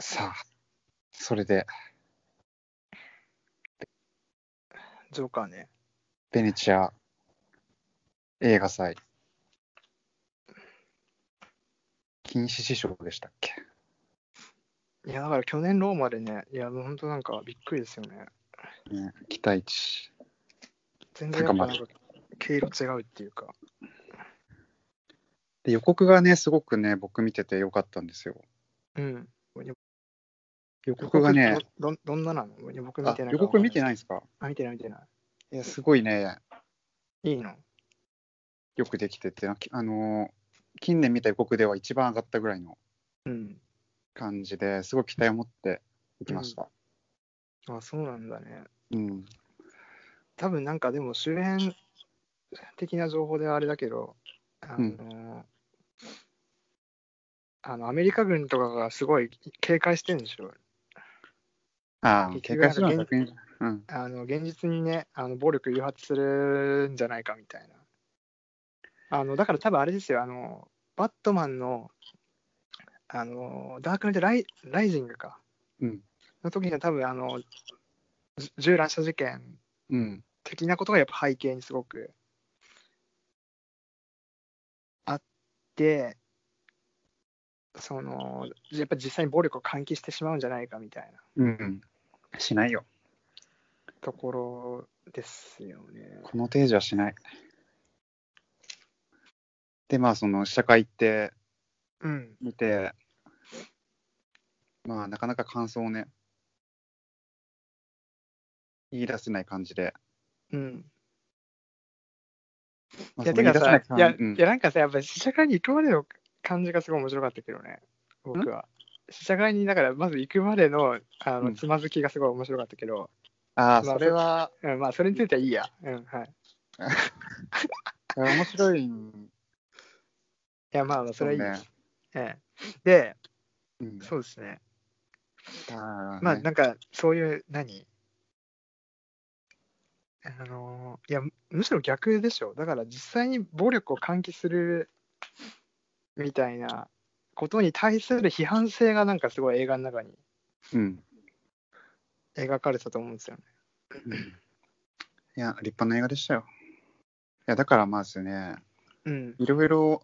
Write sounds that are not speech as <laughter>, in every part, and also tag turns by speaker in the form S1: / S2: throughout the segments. S1: さあ、それで、
S2: ジョーカーね。
S1: ベネチア映画祭、禁止師匠でしたっけ
S2: いや、だから去年ローマでね、いや、もう本当なんかびっくりですよね。
S1: ね期待値。
S2: 全然やっぱなん
S1: 高
S2: か毛色違うっていうか。
S1: で、予告がね、すごくね、僕見ててよかったんですよ。
S2: うん。
S1: 予告がね、
S2: どんどんななのいや僕見
S1: あ
S2: てないから。
S1: 予告見てない
S2: い
S1: んですか
S2: あ、見てない見てない
S1: や、すごいね、
S2: い。いいの
S1: よくできてて、なんかあのー近年見た予告では一番上がったぐらいの
S2: うん。
S1: 感じですごい期待を持っていきました。
S2: あ、そうなんだね。
S1: うん。
S2: 多分なんかでも周辺的な情報ではあれだけど、あのあのアメリカ軍とかがすごい警戒してるんでしょ。
S1: ああ、
S2: 結
S1: 警
S2: 局
S1: 戒するのは確認。うん。
S2: あの現実にねあの暴力誘発するんじゃないかみたいなあのだから多分あれですよあのバットマンのあのダークナイトライライジングか、
S1: うん
S2: の時には多分あのじ銃乱射事件
S1: うん。
S2: 的なことがやっぱ背景にすごくあってそのやっぱ実際に暴力を喚起してしまうんじゃないかみたいな
S1: うん。しないよ。
S2: ところですよね。
S1: この程度はしない。で、まあ、その、試写会行って
S2: うん
S1: 見て、まあ、なかなか感想をね、言い出せない感じで。
S2: うん、
S1: まあ
S2: いや、
S1: そ
S2: て
S1: の言
S2: か
S1: 出せ
S2: さ、
S1: ない感じ
S2: や、
S1: うん
S2: いやなんかさ、やっぱ試写会に行くまでの感じがすごい面白かったけどね、僕は。試写会に、だから、まず行くまでのあ
S1: う
S2: の
S1: ん
S2: つまずきがすごい面白かったけど、
S1: ああ、
S2: まあ
S1: それは、
S2: うん、まあ、それについてはいいや。うん、はい。い
S1: いや面白いん
S2: や、まあまあ、それはいい
S1: そう
S2: で
S1: ね
S2: す。ええ、で、
S1: うん
S2: そうですね。
S1: あ
S2: ま
S1: ま
S2: あ、
S1: あ、
S2: なんか、そういう、何あのーいや、むむしろ逆でしょ。だから、実際に暴力を喚起するみたいなことに対する批判性が、なんかすごい映画の中に
S1: うん。
S2: 描かれてたと思うんですよね。
S1: うんいや、立派な映画でしたよ。いや、だからまあですね、
S2: うん。
S1: いろいろ、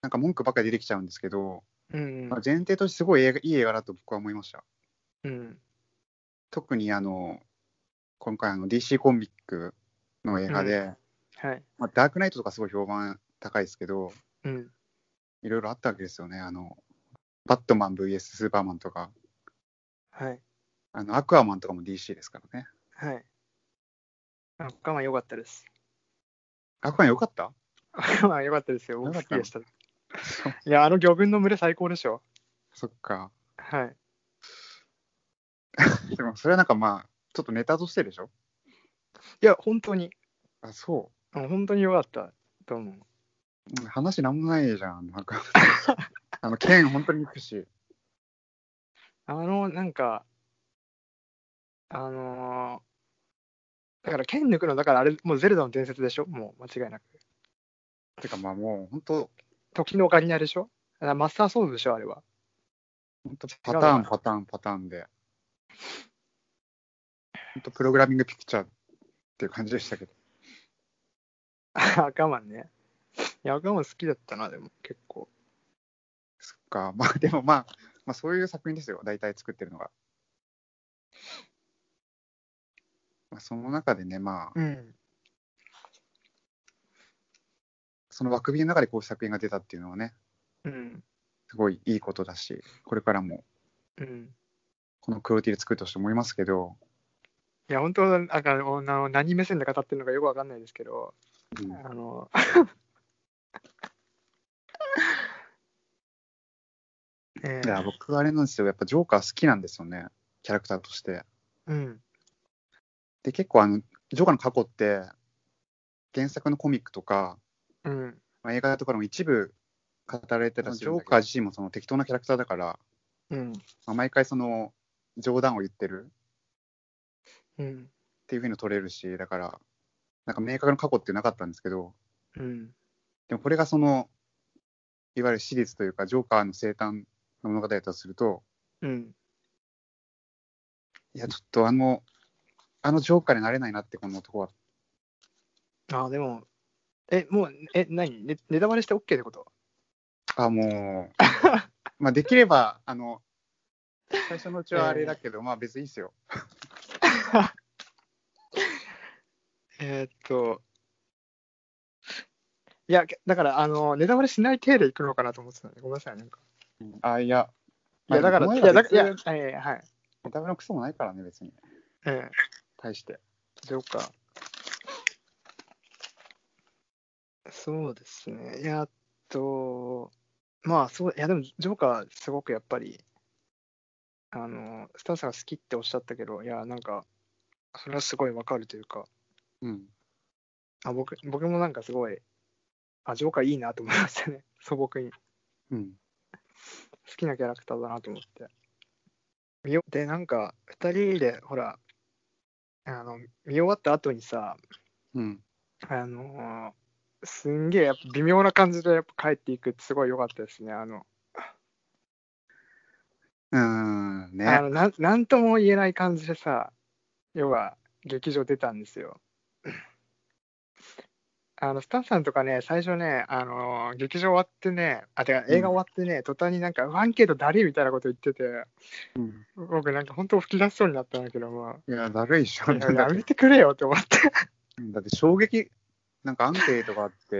S1: なんか文句ばっかり出てきちゃうんですけど、
S2: うん
S1: まあ、前提としてすごい映画いい映画だと僕は思いました。
S2: うん。
S1: 特にあの、今回あの DC コミックの映画で、
S2: はい。
S1: まあ、ダークナイトとかすごい評判高いですけど、
S2: うん。
S1: いろいろあったわけですよね。あの、バットマン VS スーパーマンとか、
S2: はい。
S1: あの、アクアマンとかも DC ですからね。
S2: はい。あ、カマン良かったです。
S1: アクアマン良かった
S2: カマン良かったですよ。
S1: 良
S2: 僕
S1: か
S2: 好
S1: っ
S2: き
S1: た
S2: でした。いや、あの魚群の群れ最高でしょ。
S1: そっか。
S2: はい。
S1: でもそれはなんかまあ、ちょっとネタとしてでしょ
S2: いや、本当に、
S1: あ、そ
S2: うん本当に良かったと思う。
S1: う。うん話なんもないじゃん。
S2: <laughs>
S1: なんかあの、剣本当に行くし。
S2: あの、なんか、あのーだから剣抜くの、だからあれ、もうゼルダの伝説でしょもう間違いなく。
S1: てかまあもう、本当
S2: 時のオカリナでしょあマスターソードでしょあれは。 <laughs>
S1: 本当パターン、パターン、パターンで。本当プログラミングピクチャーっていう感じでしたけど。 <laughs>
S2: あカマンね。いや、カマン好きだったな、でも、結構。
S1: そっか。まあでもまあ、まあそういう作品ですよ。大体作ってるのが。まあ、その中でね、まあ、
S2: うん。
S1: その枠組みの中でこういう作品が出たっていうのはね、
S2: うん。
S1: すごいいいことだし、これからも
S2: うん。
S1: このクオリティで作るとして思いますけど、
S2: いや、本当は、なんか、おな何目線で語ってるのかよくわかんないですけど、
S1: うん
S2: あの、 <laughs> え
S1: いや
S2: ー、
S1: 僕はあれなんですよ、やっぱジョーカー好きなんですよね、キャラクターとして。
S2: うん。
S1: で、結構あの、ジョーカーの過去って、原作のコミックとか、
S2: うん。
S1: まあ、映画とかでも一部語られてたし、ジョーカー自身もその適当なキャラクターだから、
S2: うん。
S1: まあ、毎回その冗談を言ってるっ
S2: うん。
S1: ていうふうに取れるし、だから、なんか明確な過去ってなかったんですけど、
S2: うん。
S1: でもこれがその、いわゆる史実というか、ジョーカーの生誕の物語だとすると、
S2: うん。
S1: いや、ちょっとあの、あのジョーカーになれないなって、この男は。
S2: ああ、でも、え、もう、え、何ネネタバレして OK ってこと
S1: あ、もう、まあ、できれば、あの、最初のうちはあれだけど、まあ別にいいっすよ。
S2: えーっと、いや、けだから、あの、ネタバレしない体でいくのかなと思ってたんで、ごめんなさい、なんか。
S1: あ、いや、
S2: いや、だから、いや、だから、いや、はいはいはい。
S1: 見た目のクソもないからね、別に。
S2: ええ
S1: 対して。
S2: ジョーカー。そうですね。いやっと、まあ、そう、いや、でも、ジョーカー、すごくやっぱり、あの、スターさんが好きっておっしゃったけど、いや、なんか、それはすごいわかるというか、
S1: うん。
S2: あ僕僕もなんかすごい、あ、ジョーカーいいなと思いましたね。 <laughs> 素朴に。好
S1: うん。
S2: きなキャラクターだなと思って。見よで、なんか、二人で、ほら、あの、見終わった後にさ、
S1: うん。
S2: あのーすんげえ、やっぱ微妙な感じでやっぱ帰っていくってすごい良かったですね。あの、
S1: うーん、
S2: あ
S1: ね。
S2: のなんなんとも言えない感じでさ、要は劇場出たんですよ。あのスタッフさんとかね、最初ね、あのー劇場終わってね、あ、てか映画終わってね、途端になんか、ワンケートだりみたいなこと言ってて、
S1: うん
S2: 僕なんか本当吹き出しそうになったんだけ
S1: <laughs>
S2: ども、
S1: いや、だるいっしょ。
S2: いや
S1: だ
S2: や
S1: って
S2: めてくれよって思って。
S1: だって衝撃、なんかアンケートがあって、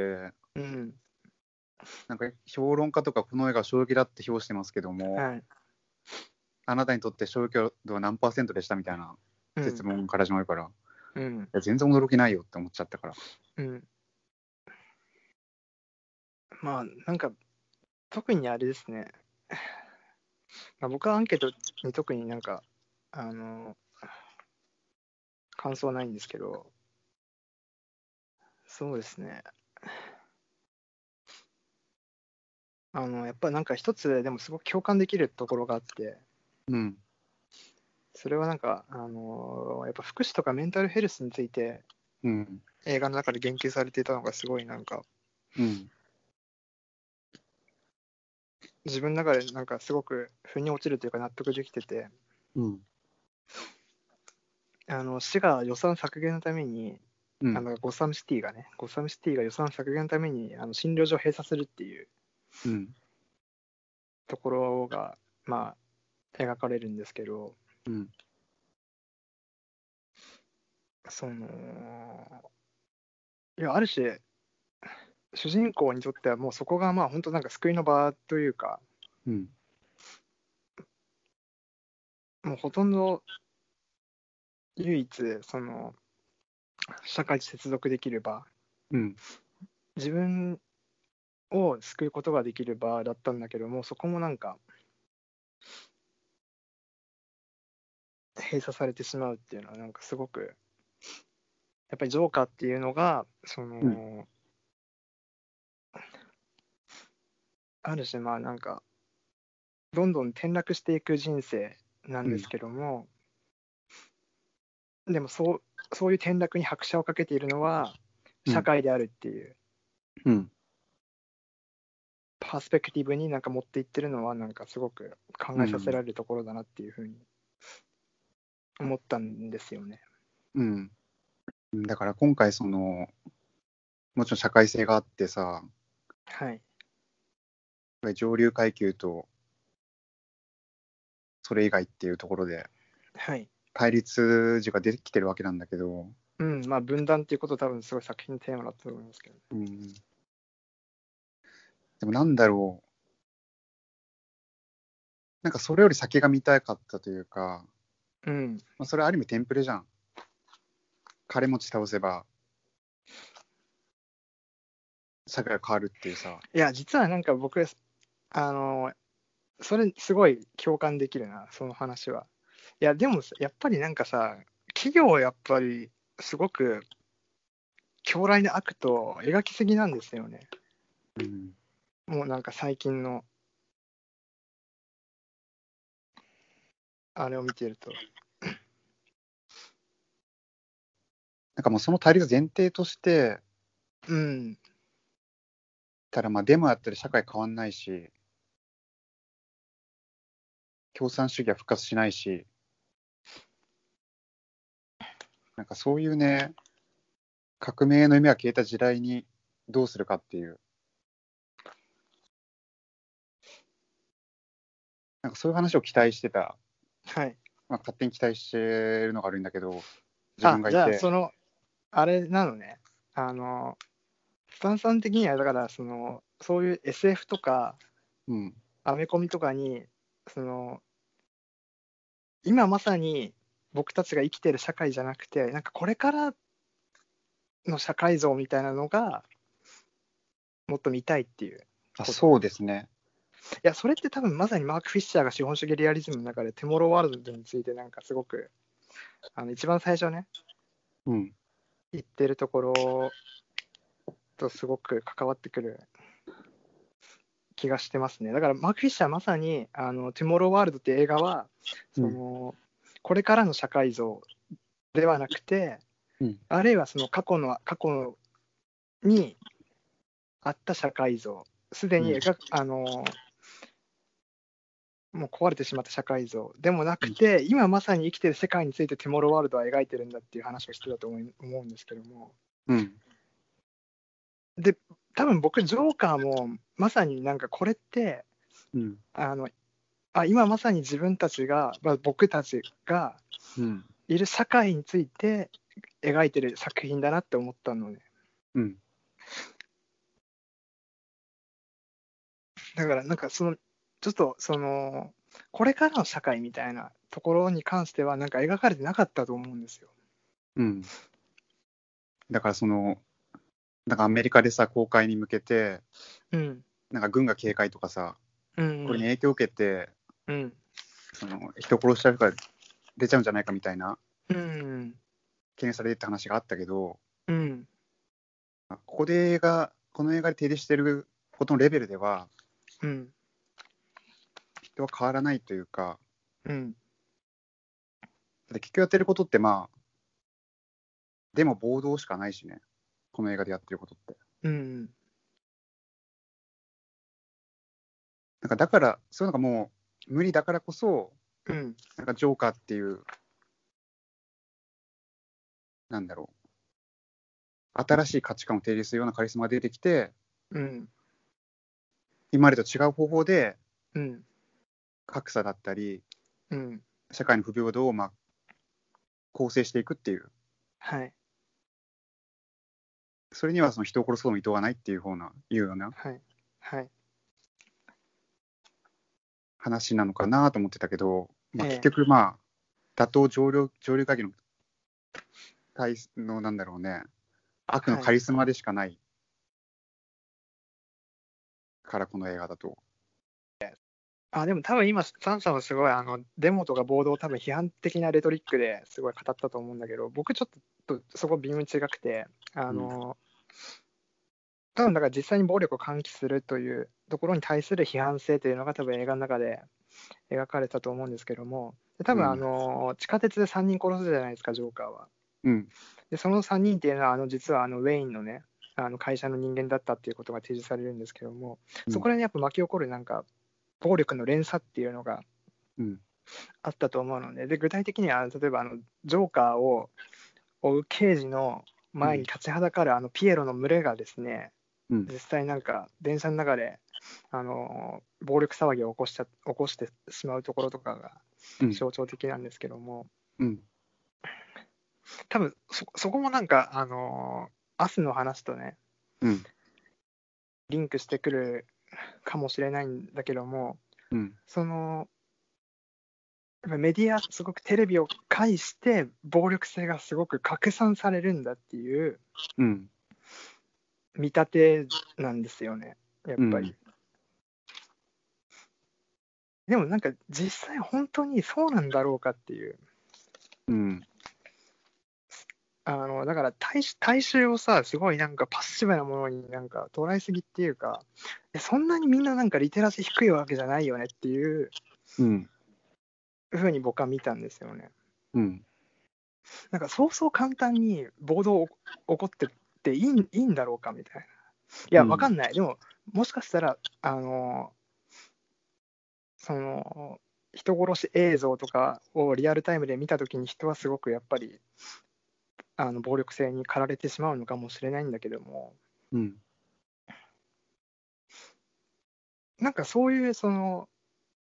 S2: うん。
S1: なんか評論家とかこの絵が衝撃だって評してますけども、
S2: はい。
S1: あなたにとって衝撃度は何パーセントでしたみたいな
S2: うん
S1: 質問から始まるから、い
S2: うん。
S1: や全然驚きないよって思っちゃったから。
S2: うん。まあ、なんか、特にあれですね。まあ、僕はアンケートに特になんか、あの、感想はないんですけど、そうですね。あの、やっぱなんか一つ、でもすごく共感できるところがあって、
S1: うん。
S2: それはなんか、あのやっぱ福祉とかメンタルヘルスについて
S1: うん。
S2: 映画の中で言及されていたのがすごいなんか、
S1: うん。
S2: 自分の中でなんかすごく腑に落ちるというか納得できてて
S1: うん。
S2: あの市が予算削減のために、
S1: うん
S2: あのゴサムシティがねゴサムシティが予算削減のためにあの診療所を閉鎖するっていう
S1: うん。
S2: ところがまあ描かれるんですけど
S1: うん。
S2: そのいやある種主人公にとってはもうそこがまあ本当なんか救いの場というか
S1: うん。
S2: もうほとんど唯一その社会と接続できる場
S1: うん。
S2: 自分を救うことができる場だったんだけどもそこもなんか閉鎖されてしまうっていうのはなんかすごくやっぱりジョーカーっていうのがその、
S1: う
S2: ある種まあなんかどんどん転落していく人生なんですけども、でもそうそういう転落に拍車をかけているのは社会であるっていう。
S1: うん。
S2: パースペクティブになんか持っていってるのはなんかすごく考えさせられるところだなっていうふうに思ったんですよね。
S1: うん。だから今回その、もちろん社会性があってさ、
S2: はい。
S1: 上流階級とそれ以外っていうところで
S2: はい。
S1: 対立時が出てきてるわけなんだけど、
S2: うん、まあ分断っていうこと多分すごい作品のテーマだったと思いますけど、ね、
S1: うん、でもなんだろうなんかそれより先が見たかったというか、
S2: うん。
S1: まあ、それはある意味テンプレじゃん金持ち倒せば社会が変わるっていうさ
S2: いや、実はなんか僕、あの、それすごい共感できるな、その話は。いや、でもやっぱりなんかさ、企業はやっぱりすごく強大な悪と描きすぎなんですよね。
S1: うん
S2: もうなんか最近のあれを見てると。
S1: なんかもうその対立前提として
S2: うん。
S1: たらまあデモやったら社会変わんないし共産主義は復活しないしなんかそういうね、革命の夢が消えた時代にどうするかっていう。なんかそういう話を期待してた、
S2: はい。
S1: まあ、勝手に期待してるのが悪いんだけど、自
S2: あ
S1: 分がい
S2: じゃあ、
S1: て。
S2: その、あれなのね。あの、スタンさん的には、だから、その、そういう SF とか、
S1: うん、
S2: アメコミとかに、その、今まさに僕たちが生きてる社会じゃなくて、なんかこれからの社会像みたいなのが、もっと見たいっていう。
S1: あそうですね。
S2: いや、それって多分まさにマーク・フィッシャーが資本主義リアリズムの中で、テモローワールドについてなんかすごく、あの一番最初ね、
S1: うん。
S2: 言ってるところとすごく関わってくる気がしてますね。だからマーク・フィッシャーまさに「あのトゥモロー・ワールド」って映画はその、これからの社会像ではなくて、
S1: うん
S2: あるいはその過去の過去にあった社会像すでに描く、あのもう壊れてしまった社会像でもなくて、今まさに生きてる世界についてティモローワールドは描いてるんだっていう話をしてたと思い思うんですけども
S1: うん。
S2: 多分僕ジョーカーもまさになんかこれって
S1: うん。
S2: あのあ今まさに自分たちが、まあ、僕たちが
S1: うん。
S2: いる社会について描いてる作品だなって思ったのね
S1: うん。
S2: だからなんかそのちょっとそのこれからの社会みたいなところに関してはなんか描かれてなかったと思うんですよ
S1: うん。だからその、なんかアメリカでさ、公開に向けて、
S2: うん
S1: なんか軍が警戒とかさ、
S2: うん
S1: これに影響を受けて、
S2: うん
S1: その人殺した人が出ちゃうんじゃないかみたいな
S2: うん
S1: 懸念されてって話があったけど、
S2: うん
S1: あここで映画、この映画で手入れしてることのレベルでは、
S2: うん
S1: 人は変わらないというか、
S2: うん
S1: だって結局やってることってまあ、でも暴動しかないしね、この映画でやってることって。
S2: うん
S1: なんかだから、そういうのがもう無理だからこそ、
S2: うん
S1: なんかジョーカーっていう、なんだろう、新しい価値観を提示するようなカリスマが出てきて、
S2: うん
S1: 今までと違う方法で
S2: うん
S1: 格差だったり、
S2: うん
S1: 社会の不平等をまあ構成していくっていう、
S2: はい
S1: それにはその人を殺すことも厭わないっていう方な、いうような
S2: はいはい
S1: 話なのかなと思ってたけど、まあ、
S2: ええ
S1: 結局、まあ、打倒上流上流会議の対すの、なんだろうね、悪のカリスマでしかないから、この映画だと。
S2: あでも多分今、サンさんはすごいあのデモとか暴動を多分批判的なレトリックですごい語ったと思うんだけど、僕ちょっとそこ微妙に違くて、あの、多分だから実際に暴力を喚起するというところに対する批判性というのが多分映画の中で描かれたと思うんですけども、で多
S1: う
S2: 分
S1: ん
S2: あの、地下鉄で3人殺すじゃないですか、ジョーカーは。
S1: うん、
S2: で、その3人っていうのは、あの実はあのウェインのね、あの会社の人間だったっていうことが提示されるんですけども、そこ
S1: ら
S2: らにやっぱ巻き起こるなんか暴力の連鎖っていうのが
S1: うん
S2: あったと思うのでで具体的には例えばあのジョーカーを追う刑事の前に立ちはだかるあのピエロの群れがですね、
S1: うん
S2: 実際なんか電車の中であの暴力騒ぎを起こしちゃ起こしてしまうところとかが
S1: うん
S2: 象徴的なんですけども、
S1: うん
S2: 多分そそこもなんかあの明日の話とね
S1: うん
S2: リンクしてくるかもしれないんだけども、
S1: うん
S2: そのやっぱメディアすごくテレビを介して暴力性がすごく拡散されるんだっていう
S1: うん
S2: 見立てなんですよねやっぱり、でもなんか実際本当にそうなんだろうかっていう
S1: うん
S2: あのだから大衆大衆をさすごいなんかパッシブなものになんか捉えすぎっていうかえそんなにみんななんかリテラシー低いわけじゃないよねっていう
S1: うん
S2: ふうに僕は見たんですよね
S1: うん
S2: なんかそうそう簡単に暴動を起こってっていいんいいんだろうかみたいな。いや、
S1: うん
S2: わかんない。でも、もしかしたら、あのー、その、人殺し映像とかをリアルタイムで見たときに人はすごくやっぱりあの暴力性に駆られてしまうのかもしれないんだけども、
S1: うん。
S2: なんかそういうその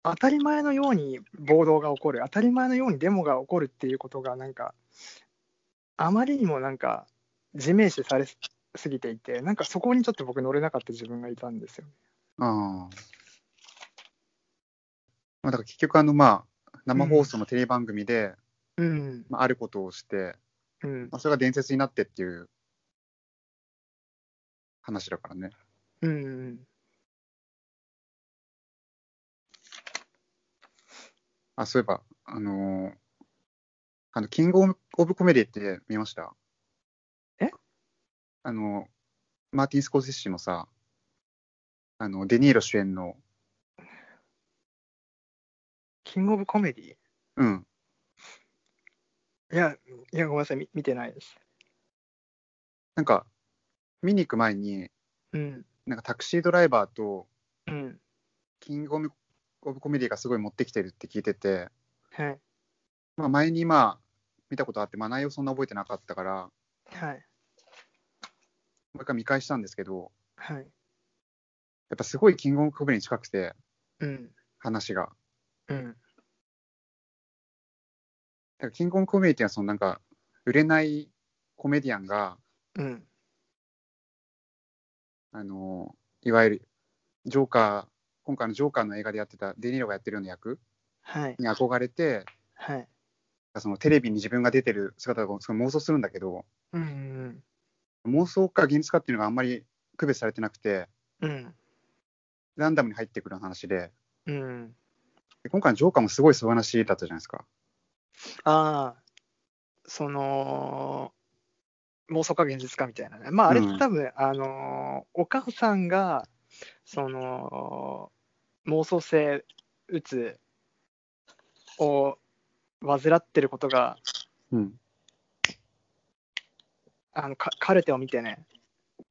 S2: 当たり前のように暴動が起こる、当たり前のようにデモが起こるっていうことが、なんか、あまりにもなんか、自明視されすぎていて、なんかそこにちょっと僕乗れなかった自分がいたんですよ。
S1: ああ。まあ、だから結局、あの、まあ、生放送のテレビ番組で、
S2: うん、
S1: まあ、あることをして、
S2: うん、
S1: まあ、それが伝説になってっていう話だからね。
S2: うんうん、
S1: あ、そういえば、あのーあの、キングオブコメディって見ました
S2: え
S1: あの、マーティン・スコーセッシのさ、あの、デニーロ主演の、
S2: キングオブコメディい
S1: うん、
S2: や、いや、ごめんなさい、み見てないです。
S1: なんか、見に行く前に、
S2: うん、
S1: なんかタクシードライバーと、
S2: うん、
S1: キングオブオブコメディがすごい持ってきてるって聞いてて、
S2: はい、
S1: まあ、前にまあ、見たことあって、まあ、内容そんな覚えてなかったから、も
S2: はい、
S1: う一回見返したんですけど、
S2: はい、
S1: やっぱすごいキングオブコメディに近くて、
S2: うん、
S1: 話が。
S2: うん、
S1: だからキングオブコメディっていうのはそのなんか売れないコメディアンが、
S2: うん、
S1: あのいわゆるジョーカー今回のジョーカーの映画でやってたデニーロがやってるような役
S2: はい、
S1: に憧れて
S2: はい、
S1: そのテレビに自分が出てる姿をすごい妄想するんだけど
S2: うん、うん
S1: 妄想か現実かっていうのがあんまり区別されてなくて
S2: うん、
S1: ランダムに入ってくる話で
S2: うん、
S1: で今回のジョーカーもすごい素晴らしいだったじゃないですか
S2: ああ、その、妄想か現実かみたいなね。まあ、あれって多分、あのーお母さんが、その、妄想性うつを患ってることが、
S1: うん
S2: あのかカルテを見てね、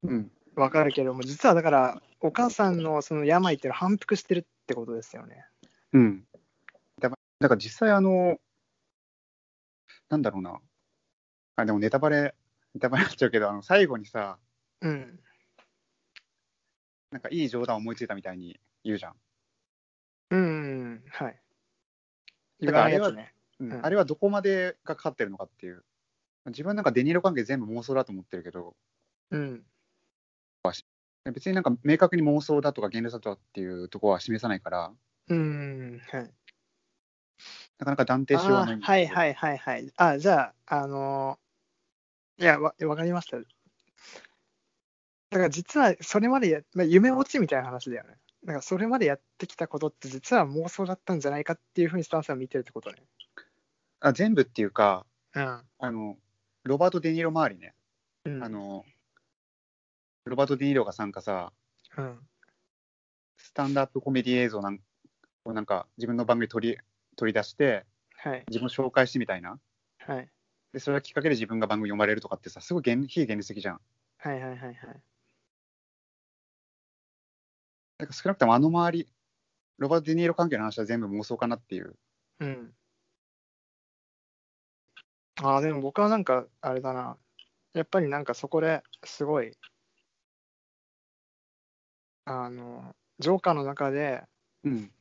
S1: うん
S2: わかるけども、実はだから、お母さんのその病っていうのは反復してるってことですよね。
S1: うんだからだから実際あのなんだろうなあでもネタバレネタバレになっちゃうけどあの最後にさ
S2: うん。
S1: なんかいい冗談思いついたみたいに言うじゃん。
S2: うん、はい。
S1: だからあれ
S2: 言わ
S1: は
S2: ないやつね。
S1: うん
S2: うん
S1: あれはどこまでがかかってるのかっていう。自分なんかデニーロ関係全部妄想だと思ってるけど、
S2: うん。
S1: 別になんか明確に妄想だとか現実だとかっていうところは示さないから、
S2: うん、はい。
S1: なかなか断定しようがない
S2: あーはい
S1: い。
S2: はいはいはい。あじゃあ、あのーいや、わわかりました。だから実はそれまでや、まあ、夢落ちみたいな話だよね。だからそれまでやってきたことって実は妄想だったんじゃないかっていうふうにスタンスは見てるってことね。
S1: あ全部っていうか、
S2: うん。
S1: あの、ロバート・デニーロ周りね。
S2: うん、
S1: あ、の、ロバート・デニーロが参加さ、
S2: うん、
S1: スタンダップコメディ映像なんをなんか自分の番組に取り取り出して、
S2: はい
S1: 自分を紹介してみたいな。
S2: はい
S1: で、それがきっかけで自分が番組読まれるとかってさ、すごい現非現実的じゃん。
S2: はいはいはいはい。
S1: なんか少なくともあの周り、ロバート・デ・ニーロ関係の話は全部妄想かなっていう。
S2: うん。ああ、でも僕はなんか、あれだな。やっぱりなんかそこですごい、あの、ジョーカーの中で
S1: うん。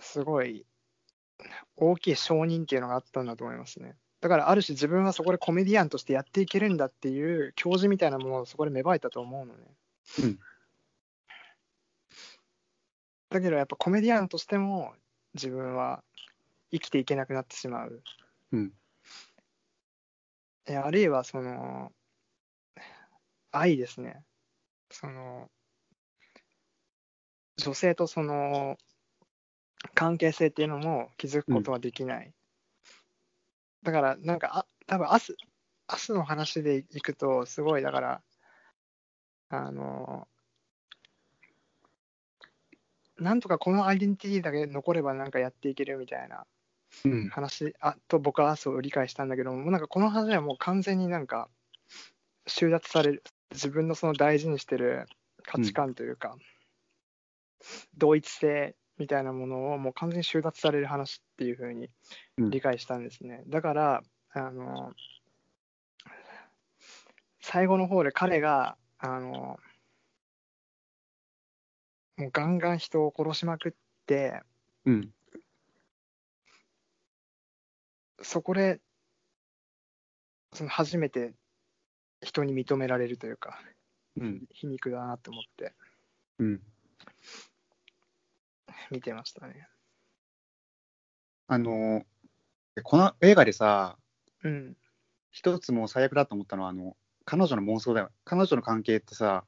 S2: すごい大きい承認っていうのがあったんだと思いますね。だからある種自分はそこでコメディアンとしてやっていけるんだっていう教示みたいなものをそこで芽生えたと思うのね。
S1: うん
S2: だけどやっぱコメディアンとしても自分は生きていけなくなってしまう。
S1: うん
S2: いやあるいはその愛ですね。その女性とその関係性っていうのも気づくことはできない。だから、なんか、あ多分明日、明日の話でいくと、すごい、だから、あの、なんとかこのアイデンティティだけ残ればなんかやっていけるみたいな
S1: うん。
S2: 話あと僕はそう理解したんだけどもうなんかこの話はもう完全になんか収奪される自分のその大事にしてる価値観というか、同一性みたいなものをもう完全に収奪される話っていうふうに
S1: うん
S2: 理解したんですね、だからあの最後の方で彼が、あの、もうガンガン人を殺しまくって、
S1: うん。
S2: そこで、その初めて人に認められるというか、
S1: うん。
S2: 皮肉だなと思って
S1: うん。
S2: 見てましたね。
S1: あの、この映画でさ、
S2: うん。
S1: 一つもう最悪だと思ったのは、あの、彼女の妄想だよ。彼女の関係ってさ、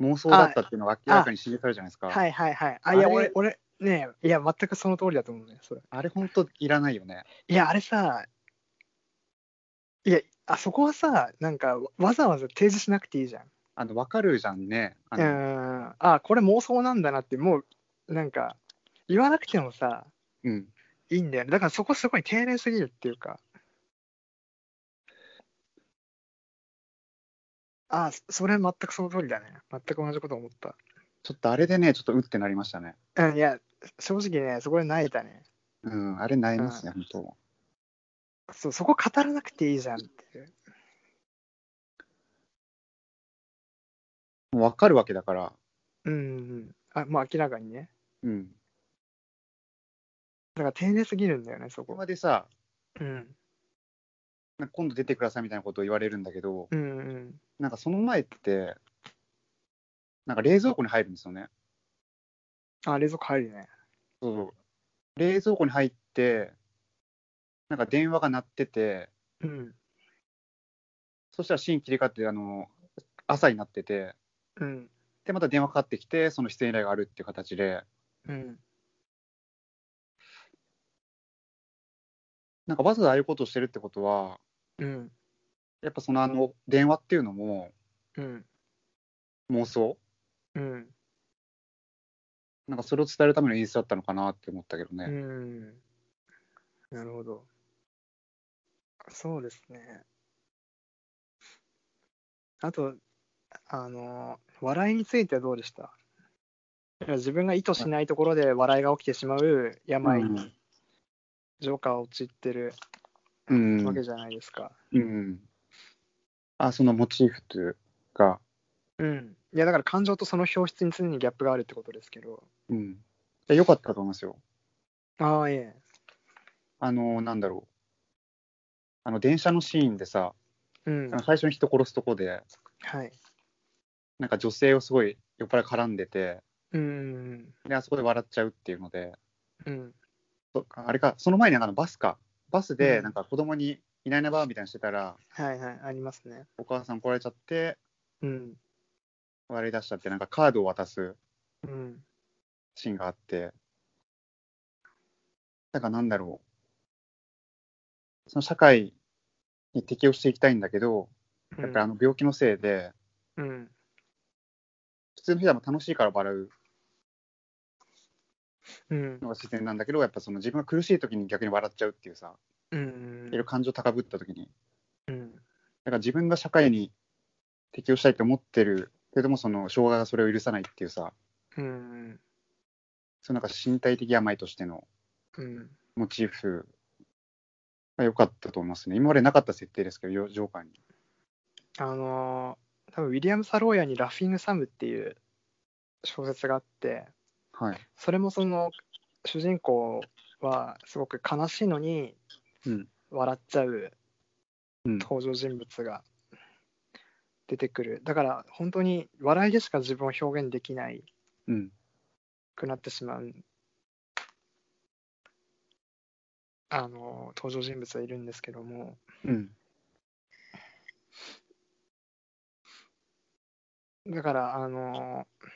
S1: 妄想だったっていうのが明らかに示されるじゃないですか。
S2: はいはいはい。あ、
S1: あ
S2: い
S1: れ
S2: や、俺、俺、ねえいや、全くその通りだと思うね、それ。
S1: あれ、本当いらないよね。
S2: いや、あれさ、いや、あそこはさ、なんか、わわざわざ提示しなくていいじゃん。
S1: あの、わかるじゃんね。あ
S2: う
S1: の
S2: ん。あ、これ妄想なんだなって、もう、なんか、言わなくてもさ、
S1: うん。
S2: いいんだよね。だからそこすごい丁寧すぎるっていうか。あ、そそれ全くその通りだね。全く同じこと思った。
S1: ちょっとあれでね、ちょっとうってなりましたね。
S2: うん、いや、正直ね、そこで泣いたね。
S1: うん、あれ、なりますね、本当。
S2: そうそこ語らなくていいじゃんっていう。
S1: もうわかるわけだから。
S2: うんうん。あ、もう明らかにね。
S1: うん。
S2: だから丁寧すぎるんだよね、そ
S1: こ
S2: こ。
S1: こでさ、
S2: うん。
S1: なんか今度出てくださいみたいなことを言われるんだけど、
S2: うんうん。
S1: なんかその前って、なんか冷蔵庫に入るんですよね。
S2: あ、冷蔵庫入るね。
S1: そうそう。冷蔵庫に入って、なんか電話が鳴ってて、
S2: うん。
S1: そしたらシーン切り替わって、あの、朝になってて、
S2: うん。
S1: で、また電話かかってきて、その出演依頼があるっていう形で、
S2: うん。
S1: なんかわざわざああいうことをしてるってことは、
S2: うん。
S1: やっぱそのあの、電話っていうのも
S2: うん。
S1: 妄想
S2: うん。
S1: なんかそれを伝えるための演出だったのかなって思ったけどね。
S2: うん。なるほど。そうですね。あと、あの、笑いについてはどうでしたいや自分が意図しないところで笑いが起きてしまう病
S1: う
S2: に
S1: ん
S2: ジョーカーは陥ってる
S1: うん。
S2: わけじゃないですか。
S1: うん。あ、そのモチーフというか、
S2: うん。いや、だから感情とその表出に常にギャップがあるってことですけど。
S1: うん。いや良かったと思いますよ。
S2: ああ、え
S1: あの、なんだろう。あの、電車のシーンでさ、
S2: え。うん
S1: あ。の最初に人殺すとこで、
S2: はい。
S1: なんか女性をすごい酔っ払い絡んでて、
S2: うん。
S1: で、あそこで笑っちゃうっていうので、
S2: うん。
S1: そあれか、その前になんかあのバスか。バス
S2: う
S1: で、
S2: ん
S1: なんか子供にいないなばみたいにしてたら、
S2: はいはい。ありますね。
S1: お母さん来られちゃって、
S2: うん。
S1: 笑い出しちゃって、なんかカードを渡す
S2: うん。
S1: シーンがあって、なんかなんだろう。その社会に適応していきたいんだけど、
S2: う
S1: だ
S2: ん
S1: からあの病気のせいで、
S2: うん。
S1: 普通の人はもう楽しいから笑う
S2: うん
S1: の。が自然なんだけど、やっぱその自分が苦しい時に逆に笑っちゃうっていうさ、
S2: うん
S1: いろいろ感情高ぶった時に、
S2: うん。
S1: だから自分が社会に適応したいと思ってるけれども、その障害がそれを許さないっていうさ、
S2: うん。
S1: そのなんか身体的病としての
S2: うん。
S1: モチーフが良かったと思いますね。今までなかった設定ですけど、よジョーカーに。
S2: あのー多分ウィリアム・サローヤに「ラフィング・サム」っていう小説があって
S1: はい。
S2: それもその主人公はすごく悲しいのに
S1: うん
S2: 笑っちゃう
S1: うん
S2: 登場人物が出てくるだから本当に笑いでしか自分を表現できない
S1: うん。
S2: くなってしまうあのー登場人物はいるんですけども
S1: うん。
S2: だから、あのー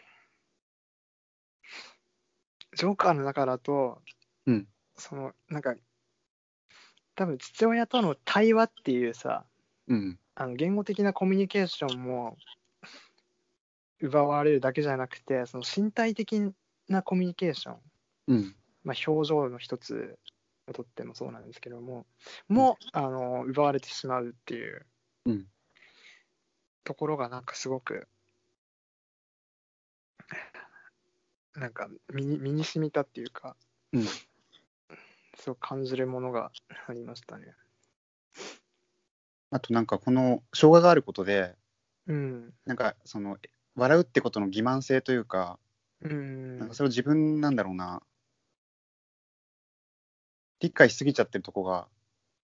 S2: ジョーカーの中だと、
S1: うん
S2: その、なんか、多分父親との対話っていうさ、
S1: うん。
S2: あの言語的なコミュニケーションも奪われるだけじゃなくて、その身体的なコミュニケーション、
S1: うん。
S2: まあ、表情の一つをとってもそうなんですけども、も、あのー奪われてしまうっていう
S1: うん
S2: ところが、なんかすごく、なんか身に身に染みたっていうか、
S1: うん
S2: そう感じるものがありましたね。
S1: あとなんかこの障害があることで、
S2: うん。
S1: なんかその笑うってことの欺瞞性というか、
S2: うん
S1: なんかそれを自分なんだろうな、理解しすぎちゃってるとこが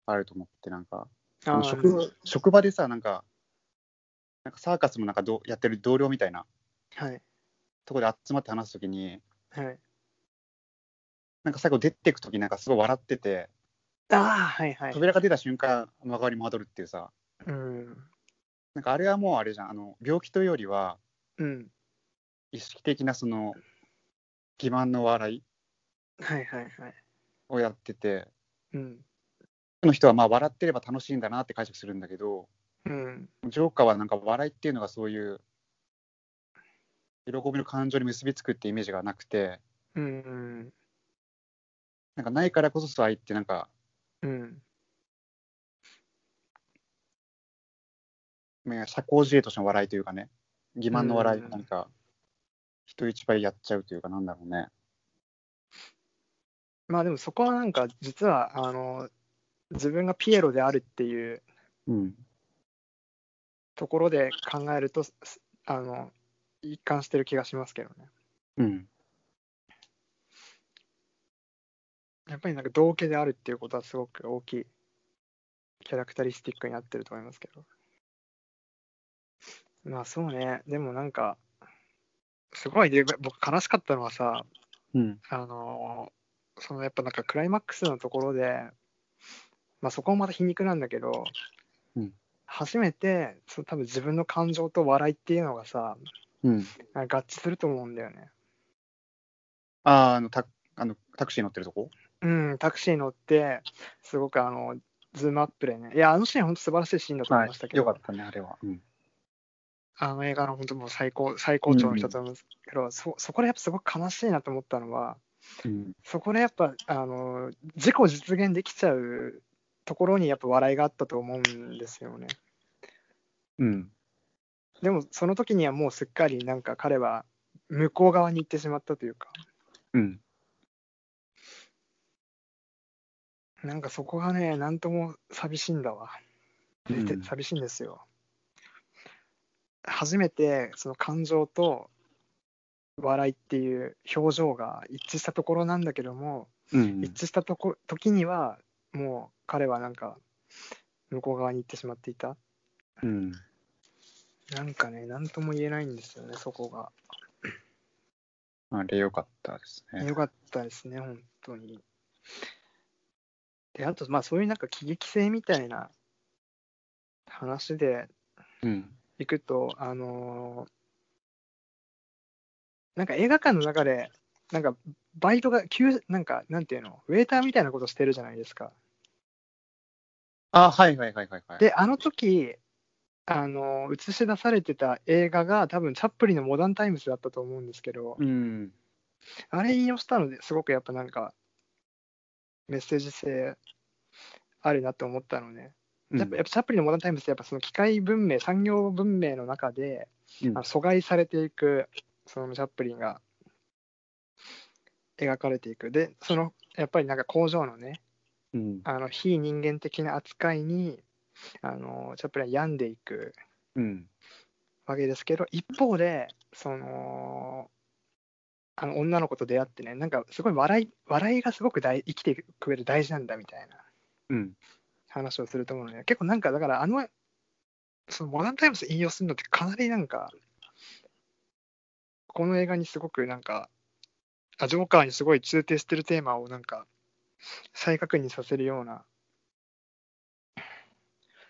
S1: あると思って、なんか、あ
S2: あ
S1: の
S2: ー
S1: 職場職場でさ、なんか、なんかサーカスもなんかどうやってる同僚みたいな
S2: はい。
S1: とこで集まって話すときに、
S2: はい。
S1: なんか最後出てくときなんかすごい笑ってて、
S2: ああ、はいはい。
S1: 扉が出た瞬間、真顔に戻るっていうさ、
S2: うん。
S1: なんかあれはもうあれじゃん、あの病気というよりは、
S2: うん。
S1: 意識的なその、欺瞞の笑い
S2: はいはいはい。
S1: をやってて、
S2: うん。
S1: の人はまあ笑ってれば楽しいんだなって解釈するんだけど、
S2: うん。
S1: ジョーカーはなんか笑いっていうのがそういう喜びの感情に結びつくってイメージがなくて
S2: うん。
S1: なんかないからこそ愛ってなんか
S2: うん。
S1: まあ社交辞令としての笑いというかね欺瞞の笑いがなんか人一倍やっちゃうというかなんだろうね
S2: まあでもそこはなんか、実は、あの、自分がピエロであるっていう
S1: うん
S2: ところで考えると、すあの、一貫してる気がしますけどね。
S1: うん
S2: やっぱりなんか同家であるっていうことはすごく大きいキャラクタリスティックになってると思いますけど。まあそうね、でもなんか、すごいで僕悲しかったのはさ、
S1: うん
S2: あのーそのやっぱなんかクライマックスのところで、まあそこもまた皮肉なんだけど、
S1: うん
S2: 初めてその多分自分の感情と笑いっていうのがさ、
S1: うん
S2: 合致すると思うんだよね。
S1: あーあのタあのタクシー乗ってるとこ
S2: うん、タクシー乗って、すごくあの、ズームアップでね、いや、あのシーン、本当素晴らしいシーンだと思いましたけ
S1: よ
S2: ど、
S1: かったねあれはうん
S2: あの映画の本当もう最高、最高潮の一つなんですけど、そ、そこでやっぱすごく悲しいなと思ったのは、
S1: うん
S2: そこでやっぱ、あの、自己実現できちゃうところにやっぱ笑いがあったと思うんですよね。
S1: うん
S2: でも、その時にはもうすっかり、なんか彼は、向こう側に行ってしまったというか、
S1: うん
S2: なんかそこがね、なんとも寂しいんだわ。
S1: うん
S2: で寂しいんですよ。初めてその感情と笑いっていう表情が一致したところなんだけども、
S1: うん
S2: 一致したとこ時にはもう彼はなんか向こう側に行ってしまっていた。
S1: うん
S2: なんかね、なんとも言えないんですよね、そこが。
S1: あれよかったですね
S2: よかったですね、本当に。で、あと、まあそういうなんか喜劇性みたいな話で、
S1: うん
S2: 行くと、あのーなんか映画館の中で、なんかバイトが、急なんか、なんていうの、ウェーターみたいなことしてるじゃないですか。
S1: あはいはいはいはいはい
S2: で、あの時あのー映し出されてた映画が、多分チャップリンのモダンタイムズだったと思うんですけど、
S1: うん
S2: あれ引用したのですごくやっぱなんか、メッセージ性あるなと思ったのね。やっぱやっぱチャップリンのモダンタイムズってやっぱその機械文明産業文明の中で、
S1: うん
S2: あの阻害されていくそのチャップリンが描かれていくでそのやっぱりなんか工場のね
S1: うん
S2: あの非人間的な扱いにあのチャップリンは病んでいく
S1: うん
S2: わけですけど一方でそのあの女の子と出会ってねなんかすごい笑い笑いがすごく大生きていく上で大事なんだみたいな
S1: うん
S2: 話をすると思うのね。結構なんか、だからあの、そのモダンタイムズ引用するのってかなりなんか、この映画にすごくなんか、あジョーカーにすごい通底してるテーマをなんか、再確認させるような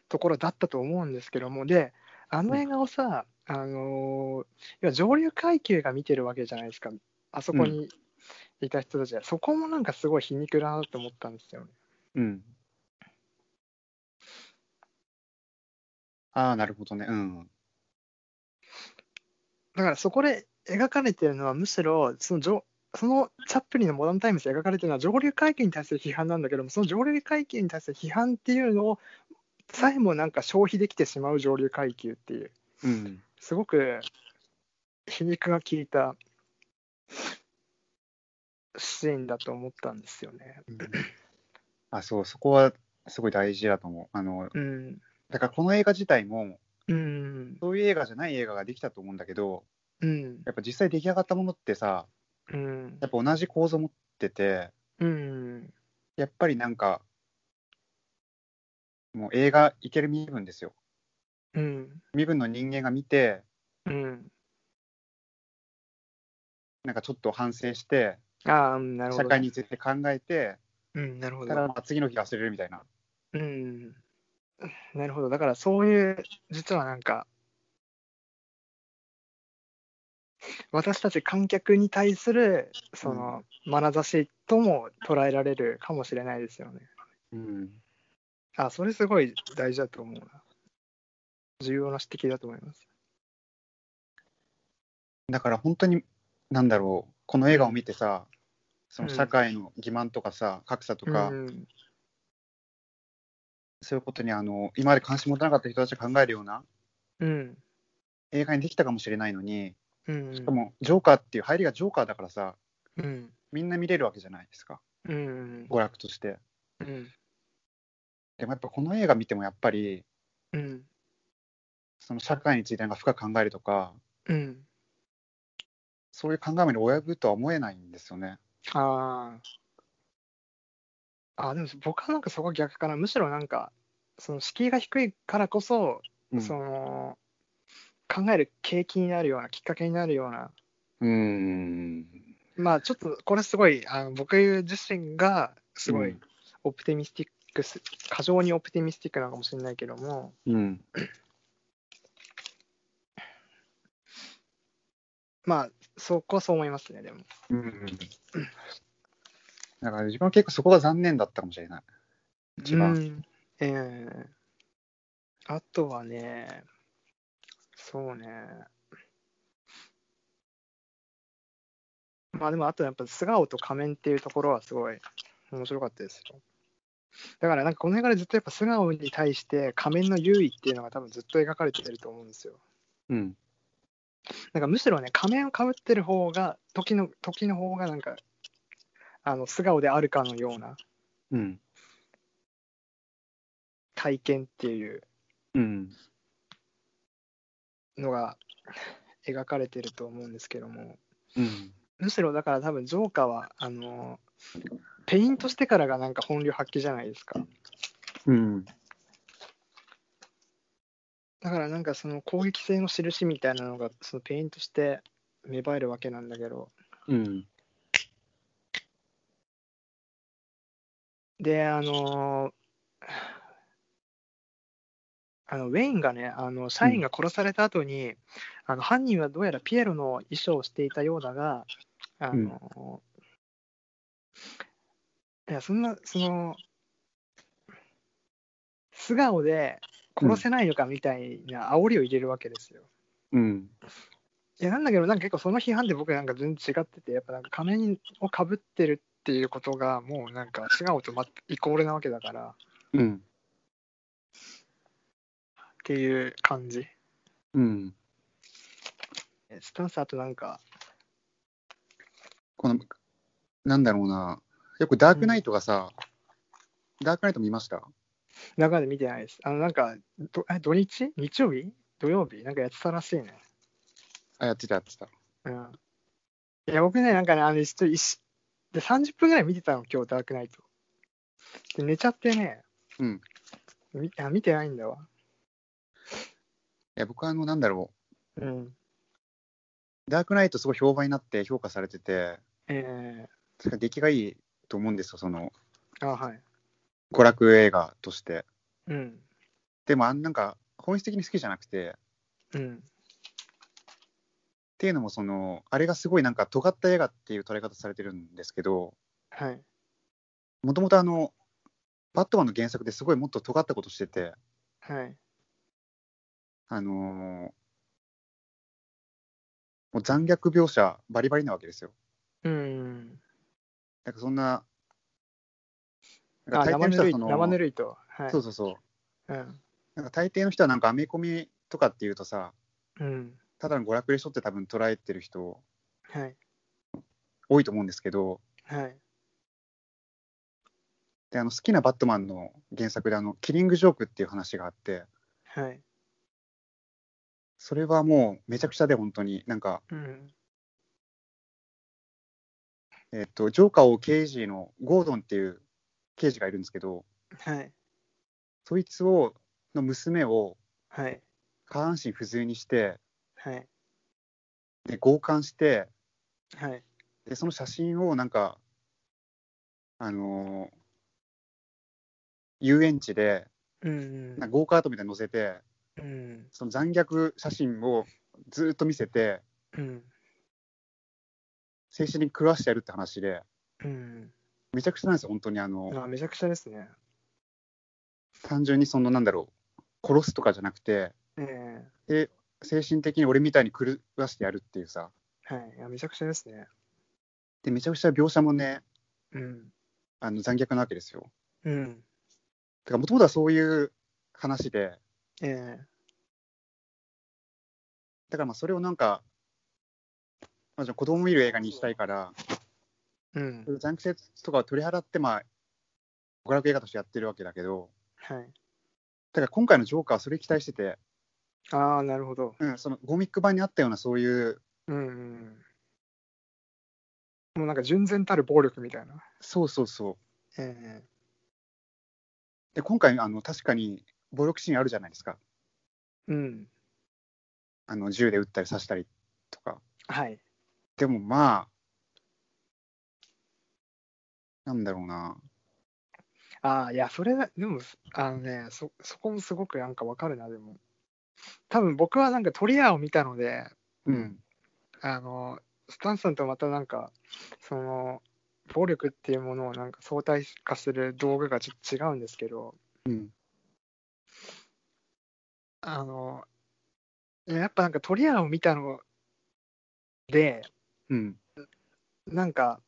S2: ところだったと思うんですけども、で、あの映画をさ、あのー要は上流階級が見てるわけじゃないですか、あそこにいた人たちは、そこもなんかすごい皮肉だなと思ったんですよね。
S1: うん。ああ、なるほどね。うん。
S2: だからそこで描かれてるのはむしろその上そのチャップリンのモダンタイムズで描かれてるのは上流階級に対する批判なんだけどもその上流階級に対する批判っていうのをさえもなんか消費できてしまう上流階級っていう
S1: うん。
S2: すごく皮肉が効いたシーンだと思ったんですよね。
S1: あ、そう、そこはすごい大事だと思う。あの、
S2: うん、
S1: だからこの映画自体も、
S2: うん。
S1: そういう映画じゃない映画ができたと思うんだけど、
S2: うん。
S1: やっぱ実際出来上がったものってさ、
S2: うん
S1: や。っぱ同じ構造持ってて、
S2: うん。
S1: やっぱりなんか、もう映画いける身分ですよ。
S2: うん。
S1: 身分の人間が見て、
S2: うん。
S1: なんかちょっと反省して、
S2: ああ、うんなるほ
S1: 社
S2: ど。
S1: 会について考えて、
S2: うん、なるほ
S1: ただ
S2: ど。
S1: まあ次の日忘れるみたいな。
S2: うん。なるほど。だからそういう、実はなんか、私たち観客に対する、その、眼差しとも捉えられるかもしれないですよね。
S1: うん、
S2: あ、それすごい大事だと思うな。重要な指摘だと思います。
S1: だから本当に、なんだろう、この映画を見てさ、その
S2: うん
S1: 社会の欺瞞とかさ、格差とか、
S2: うん、
S1: そういうことにあの今まで関心持たなかった人たちが考えるような
S2: うん、
S1: 映画にできたかもしれないのに、
S2: うん、
S1: しかもジョーカーっていう入りがジョーカーだからさ、
S2: うん、
S1: みんな見れるわけじゃないですか、
S2: うん、
S1: 娯楽として。
S2: うん、
S1: でもやっぱこの映画見てもやっぱり、
S2: うん、
S1: その社会についてなんか深く考えるとか、
S2: うん、
S1: そういう考えまで及ぶとは思えないんですよね。
S2: ああ。あ、でも僕はなんかそこ逆かな。むしろなんか、その敷居が低いからこそ、
S1: うん
S2: その、考える契機になるような、きっかけになるような、
S1: うん。
S2: まあちょっとこれすごい、あの僕自身がすごい
S1: うん
S2: オプティミスティックす、過剰にオプティミスティックなのかもしれないけども、
S1: うん。
S2: まあ、そこはそう思いますね、でも。
S1: うん。だから自分は結構そこが残念だったかもしれない。一番
S2: うんええあとはね、そうね。まあでも、あとやっぱ素顔と仮面っていうところはすごい面白かったですよ。だからなんかこの辺からずっとやっぱ素顔に対して仮面の優位っていうのが多分ずっと描かれてると思うんですよ。
S1: うん。
S2: なんかむしろね、仮面をかぶってる方が、時の、時の方がなんか、あの、素顔であるかのような
S1: うん。
S2: 体験っていう
S1: うん。
S2: のが描かれてると思うんですけども
S1: うん。
S2: むしろだから多分ジョーカーはあのペイントしてからがなんか本領発揮じゃないですか
S1: うん。
S2: だからなんかその攻撃性の印みたいなのがそのペイントして芽生えるわけなんだけど
S1: うん。
S2: であのあのウェインがねあの社員が殺された後に、あの犯人はどうやらピエロの衣装をしていたようだがあの、いやそんなその素顔で殺せないのかみたいな煽りを入れるわけですよ。
S1: うん。
S2: いやなんだけどなんか結構その批判で僕なんか全然違っててやっぱなんか仮面をかぶってるっていうことがもうなんか素顔とまイコールなわけだからっ
S1: うん。
S2: ていう感じ。
S1: うん。
S2: スタンスあとなんか
S1: この、なんだろうな。よくダークナイトがさ、ダークナイト見ました
S2: 中で見てないです。あのなんかどえ土日日曜日土曜日なんかやってたらしいね。
S1: あ、やってた、やってた。
S2: うんいや、僕ね、なんかね、あの、ちょっと一しで30分ぐらい見てたの、今日、ダークナイト。で、寝ちゃってね、
S1: うん。
S2: みあ見てないんだわ。
S1: いや、僕はあの、なんだろ
S2: うん。
S1: う。ダークナイトすごい評判になって評価されてて、
S2: え
S1: それ出来がいいと思うんですよ、その、
S2: ー、あ、はい。
S1: 娯楽映画として。
S2: うん。
S1: でも、あんなんか、本質的に好きじゃなくて、
S2: うん。
S1: っていうのもそのあれがすごいなんか尖った映画っていう捉え方されてるんですけど
S2: はい。
S1: もともとあのバットマンの原作ですごいもっと尖ったことしてて
S2: はい。
S1: あのーもう残虐描写バリバリなわけですよ
S2: うん。
S1: だからそんななん
S2: あ、
S1: か大抵の
S2: 生ぬ
S1: 人はい
S2: る、
S1: その
S2: 生ぬるいと。はい。
S1: そうそうそう
S2: うん。
S1: なんか大抵の人はなんかアメコミとかっていうとさ
S2: うん。
S1: ただの娯楽でしょって多分捉えてる人
S2: はい。
S1: 多いと思うんですけど
S2: はい。
S1: であの好きなバットマンの原作であのキリングジョークっていう話があって
S2: はい。
S1: それはもうめちゃくちゃで本当になんか、
S2: うん。
S1: えっと、ジョーカーを刑事のゴードンっていう刑事がいるんですけど
S2: はい。
S1: そいつをの娘を
S2: はい。
S1: 下半身不随にして
S2: はい。
S1: で強姦して
S2: はい。
S1: でその写真をなんかあのー遊園地で
S2: うん
S1: なんかゴーカートみたいに載せて
S2: うん。うん。
S1: その残虐写真をずーっと見せて
S2: うん。
S1: 精神に狂わしてやるって話で
S2: うん。
S1: めちゃくちゃなんですよ本当にあの
S2: あめちゃくちゃですね。
S1: 単純にそのなんだろう殺すとかじゃなくて
S2: ええ
S1: 精神的に俺みたいに狂わしてやるっていうさ
S2: はい。いやめちゃくちゃですね。
S1: でめちゃくちゃ描写もね
S2: うん。
S1: あの残虐なわけですよ
S2: うん。
S1: だからもともとはそういう話で
S2: ええ
S1: だからまあそれをなんか、まあ、じゃあ子供見る映画にしたいから
S2: うん
S1: そう。いう残虐とかを取り払ってまあ娯楽映画としてやってるわけだけど
S2: はい。
S1: だから今回のジョーカーはそれ期待してて、
S2: ああ、なるほど。
S1: うん、そのゴミック版にあったようなそういう
S2: うんうん。もうなんか純然たる暴力みたいな。
S1: そうそうそう
S2: ええ
S1: で今回あの確かに暴力シーンあるじゃないですか
S2: うん。
S1: あの銃で撃ったり刺したりとか
S2: はい。
S1: でもまあ、なんだろうな。
S2: ああ、いや、それだ、でも、あのね、そ、そこもすごくなんかわかるな、でも。多分僕はなんかトリアを見たので、
S1: うん。
S2: あの、スタンさんとまたなんか、その、暴力っていうものをなんか相対化する道具がちょっと違うんですけど、
S1: うん。
S2: あの、やっぱなんかトリアを見たので、
S1: うん。
S2: なんか、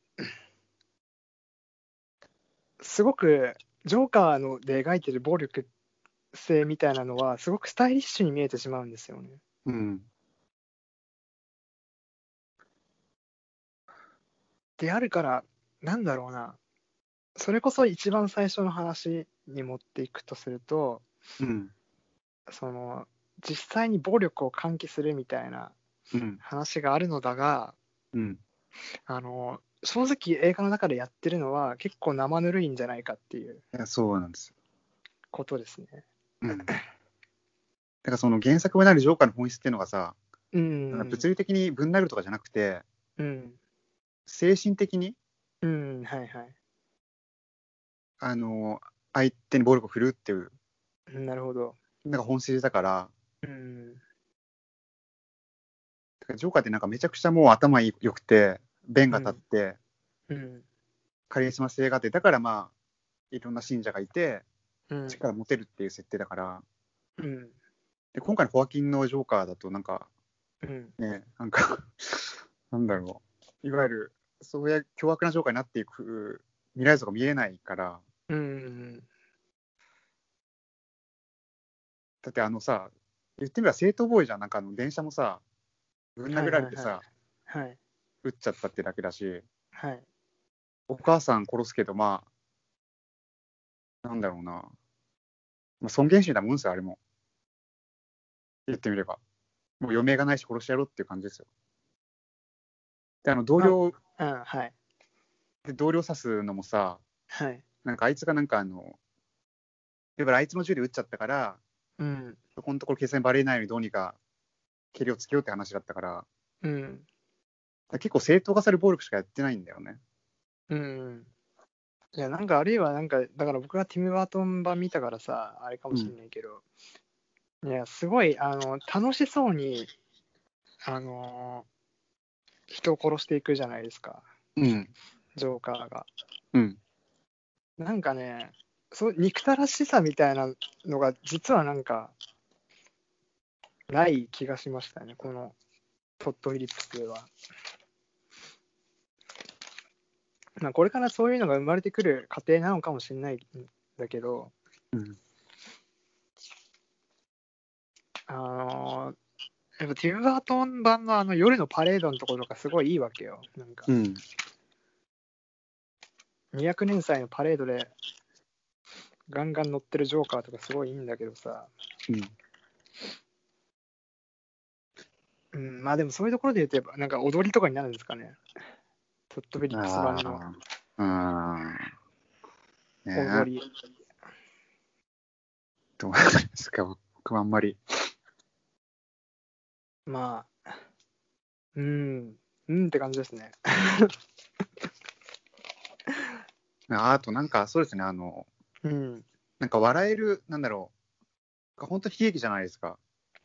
S2: すごく、ジョーカーので描いてる暴力性みたいなのは、すごくスタイリッシュに見えてしまうんですよね。
S1: うん。
S2: であるから、なんだろうな、それこそ一番最初の話に持っていくとすると、
S1: うん。
S2: その、実際に暴力を喚起するみたいな
S1: うん。
S2: 話があるのだが、
S1: うん。
S2: あの、正直映画の中でやってるのは結構生ぬるいんじゃないかっていう
S1: いやそうなんですよ。
S2: ことですね。
S1: うん。だからその原作になるジョーカーの本質っていうのがさ、
S2: うん。
S1: なんか物理的にぶん殴るとかじゃなくて、
S2: うん。
S1: 精神的に、
S2: うん、はいはい。
S1: あの、相手に暴力を振るうっていう、
S2: うんなるほど。
S1: なんか本質だから、
S2: うん。
S1: だからジョーカーってなんかめちゃくちゃもう頭良くて、弁が立って、
S2: うん。
S1: カリスマ性があって、だからまあ、いろんな信者がいて、
S2: うん。
S1: 力持てるっていう設定だから、
S2: うん。
S1: で今回のホアキンのジョーカーだとなんか
S2: うん。
S1: ねなんか <laughs> なんだろういわゆるそういう凶悪なジョーカーになっていく未来像が見えないから
S2: うん。
S1: だってあのさ言ってみれば正当防衛じゃんなんかあの電車もさぶん殴られてさ、
S2: はいはい。
S1: 撃っちゃったってだけだし
S2: はい。
S1: お母さん殺すけどまあなんだろうな、まあ、尊厳心だもんですよあれも言ってみればもう余命がないし殺してやろうっていう感じですよであの同僚
S2: うん。はい。
S1: で同僚刺すのもさ
S2: はい。
S1: なんかあいつがなんかあのだからあいつの銃で撃っちゃったから
S2: うん。
S1: そこのところ警察にバレないようにどうにか蹴りをつけようって話だったからだか
S2: うん。
S1: ら結構正当化される暴力しかやってないんだよね
S2: うん。いや、なんか、あるいは、なんか、だから僕がティム・バートン版見たからさ、あれかもしれないけど、いや、すごい、あの、楽しそうに、あのー人を殺していくじゃないですか、
S1: うん
S2: ジョーカーが。
S1: うん
S2: なんかね、そう憎たらしさみたいなのが実はなんかない気がしましたね、このトッド・フィリップスは。まあ、これからそういうのが生まれてくる過程なのかもしれないんだけど、
S1: うん
S2: あのーやっぱティム・バートン版のあの夜のパレードのところとかすごいいいわけよ。なんか
S1: うん
S2: 200年祭のパレードでガンガン乗ってるジョーカーとかすごいいいんだけどさ、
S1: うん
S2: うん、まあでもそういうところで言うと、やっぱなんか踊りとかになるんですかね。トットベリックス版の
S1: あーうん。ね
S2: 踊
S1: え、
S2: り。
S1: どうなんですか、僕はあんまり。
S2: まあ、うん、うんって感じですね。
S1: ああと、なんか、そうですね、あの、
S2: うん。
S1: なんか笑える、なんだろう、本当悲劇じゃないですか、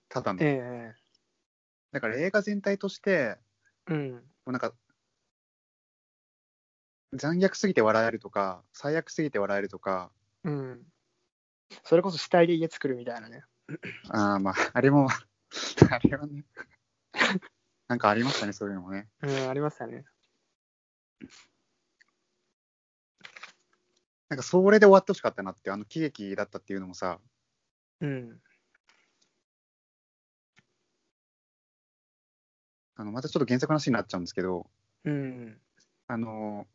S1: ただの。
S2: え
S1: だから映画全体として、
S2: えうん。
S1: もうなんか、残虐すぎて笑えるとか、最悪すぎて笑えるとか、
S2: うん。それこそ死体で家作るみたいなね。
S1: ああ、まあ、あれも、 <laughs> あれはね、なんかありましたね、そういうのもね。
S2: うん、ありましたね。
S1: なんか、それで終わってほしかったなって、あの喜劇だったっていうのもさ、
S2: うん。
S1: あのまたちょっと原作の話になっちゃうんですけど、
S2: うん。
S1: あの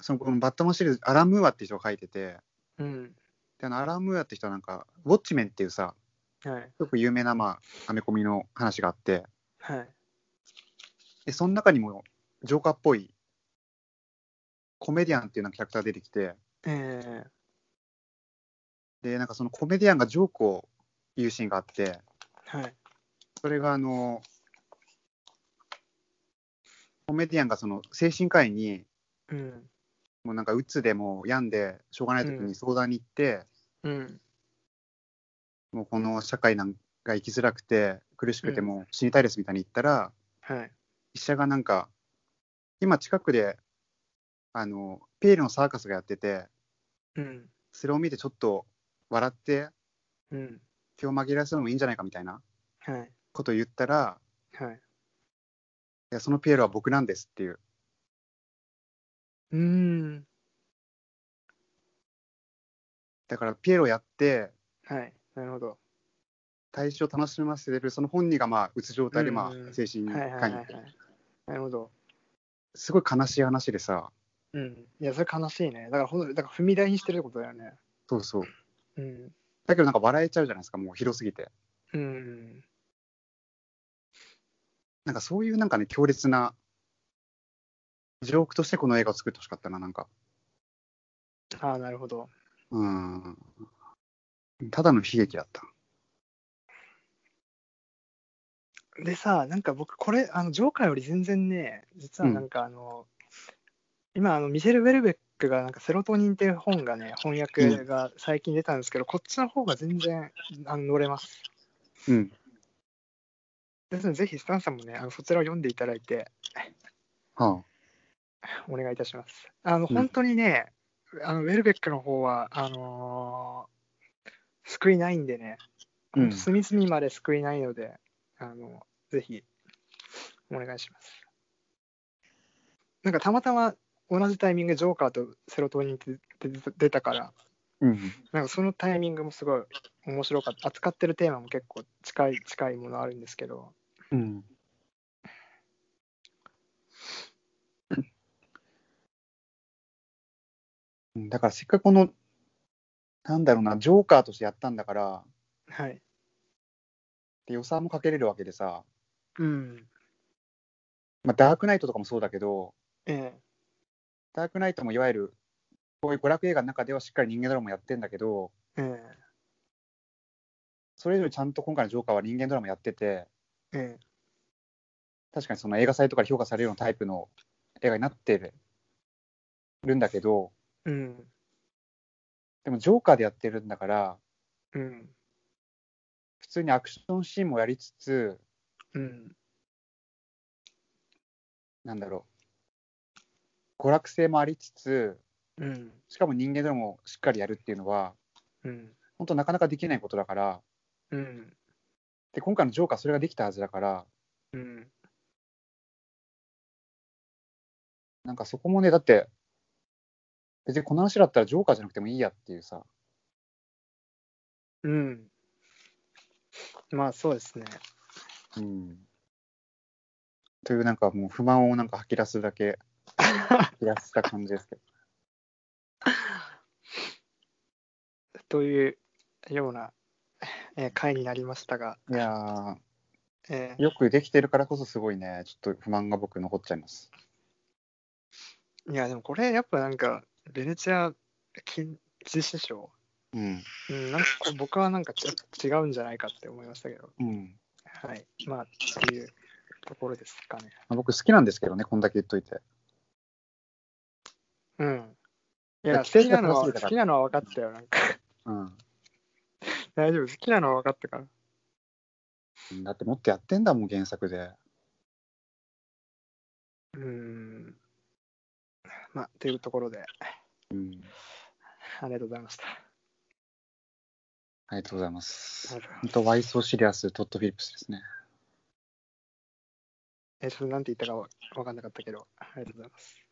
S1: そのこのバットマンシリーズ、アラン・ムーアって人が書いてて、
S2: うん。
S1: であのアラン・ムーアって人はなんか、ウォッチメンっていうさ、
S2: はい。
S1: よく有名な、まあ、アメコミの話があって、
S2: はい。
S1: で、その中にも、ジョーカーっぽい、コメディアンっていうなんかキャラクターが出てきて、
S2: ええ
S1: で、なんかそのコメディアンがジョークを言うシーンがあって、
S2: はい。
S1: それがあの、コメディアンがその精神科医に、
S2: うん。
S1: もうなんか鬱でもう病んで、しょうがない時
S2: うん
S1: に相談に行って、
S2: うん。
S1: もうこの社会なんか生きづらくて、苦しくてもう死にたいですみたいに言ったら、
S2: はい。
S1: 医者がなんか、今近くで、あの、ペールのサーカスがやってて、
S2: うん。
S1: それを見てちょっと笑って、
S2: うん。
S1: 気を紛らわせるのもいいんじゃないかみたいな
S2: はい。
S1: ことを言ったら、
S2: はい。
S1: いや、そのピエロは僕なんですっていう。
S2: うーん。
S1: だからピエロやって、
S2: はい。なるほど。
S1: 体調を楽しませてる、その本人がまあ、うつ状態でま
S2: うん
S1: あ、精神
S2: はいはいは
S1: 科
S2: い
S1: 医
S2: はい。なるほど。
S1: すごい悲しい話でさ、
S2: うん。いや、それ悲しいね。だから、ほんとだから踏み台にしてるってことだよね。
S1: そうそう。
S2: うん。
S1: だけどなんか笑えちゃうじゃないですか、もう広すぎて。
S2: うん。
S1: なんかそういうなんかね、強烈な、ジョークとしてこの映画を作ってほしかったな、なんか。
S2: ああ、なるほど。
S1: うーん。ただの悲劇だった。
S2: でさ、なんか僕、これ、あの、ジョーカーより全然ね、実はなんかあの、今、あの、ミシェル・ウェルベックが、なんか、セロトニンっていう本がね、翻訳が最近出たんですけど、こっちの方が全然、あの、乗れます。
S1: うん。
S2: ですので、ぜひ、スタンさんもね、あのそちらを読んでいただいて、
S1: は
S2: お願いいたします。あの、
S1: うん
S2: 本当にね、あの、ウェルベックの方は、あのー救いないんでね、
S1: うん
S2: 本当隅々まで救いないので、あの、ぜひ、お願いします。なんか、たまたま同じタイミングでジョーカーとセロトニンって出た出たから、
S1: あ。うん。
S2: なんかそのタイミングもすごい面白かった。扱ってるテーマも結構近い、近いものあるんですけど、
S1: うん。うんだからせっかくこの、なんだろうな、ジョーカーとしてやったんだから、
S2: はい。
S1: で予算もかけれるわけでさ、
S2: うん。
S1: まあ、ダークナイトとかもそうだけど、
S2: え
S1: ダークナイトもいわゆる、こういう娯楽映画の中ではしっかり人間ドラマやってんだけど、
S2: え、ええ、
S1: それぞれちゃんと今回のジョーカーは人間ドラマやってて、
S2: ええ、
S1: 確かにその映画祭とかで評価されるようなタイプの映画になってるんだけど、
S2: うん、
S1: でもジョーカーでやってるんだから、
S2: うん、
S1: 普通にアクションシーンもやりつつ、
S2: うん。
S1: なんだろう、娯楽性もありつつ、
S2: うん。
S1: しかも人間ドラマをしっかりやるっていうのは、
S2: うん。
S1: 本当なかなかできないことだから、
S2: うん。
S1: で今回のジョーカー、それができたはずだから、
S2: うん。
S1: なんかそこもね、だって、別にこの話だったらジョーカーじゃなくてもいいやっていうさ、
S2: うん。まあ、そうですね。
S1: うん。というなんかもう不満をなんか吐き出すだけ、吐き出した感じですけど。
S2: というような、えー回になりましたが、
S1: いや
S2: え
S1: ーよくできてるからこそすごいね、ちょっと不満が僕残っちゃいます。
S2: ーいや、でもこれやっぱなんか、ベネチア金自師匠、
S1: うん。
S2: うん、なんかこう僕はなんかちょっと違うんじゃないかって思いましたけど、
S1: うん。
S2: はい。まあ、っていうところですかね。
S1: まあ僕好きなんですけどね、こんだけ言っといて。
S2: うん。
S1: い
S2: い
S1: や
S2: や、好きなのは、
S1: 好
S2: 好
S1: きだから
S2: きなのは分かったよ。なんか、
S1: うん。
S2: 大丈夫。好きなのは分かったから。
S1: だってもっとやってんだもん、原作で。
S2: うん。まあ、というところで、
S1: うん。
S2: ありがとうございました。あ
S1: ありがとうございま
S2: り
S1: す
S2: がとう。
S1: 本当、
S2: ございます
S1: ワイソーシリアス、トッド・フィリップスですね。
S2: え、ちょっとなんて言ったかわ分かんなかったけど、ありがとうございます。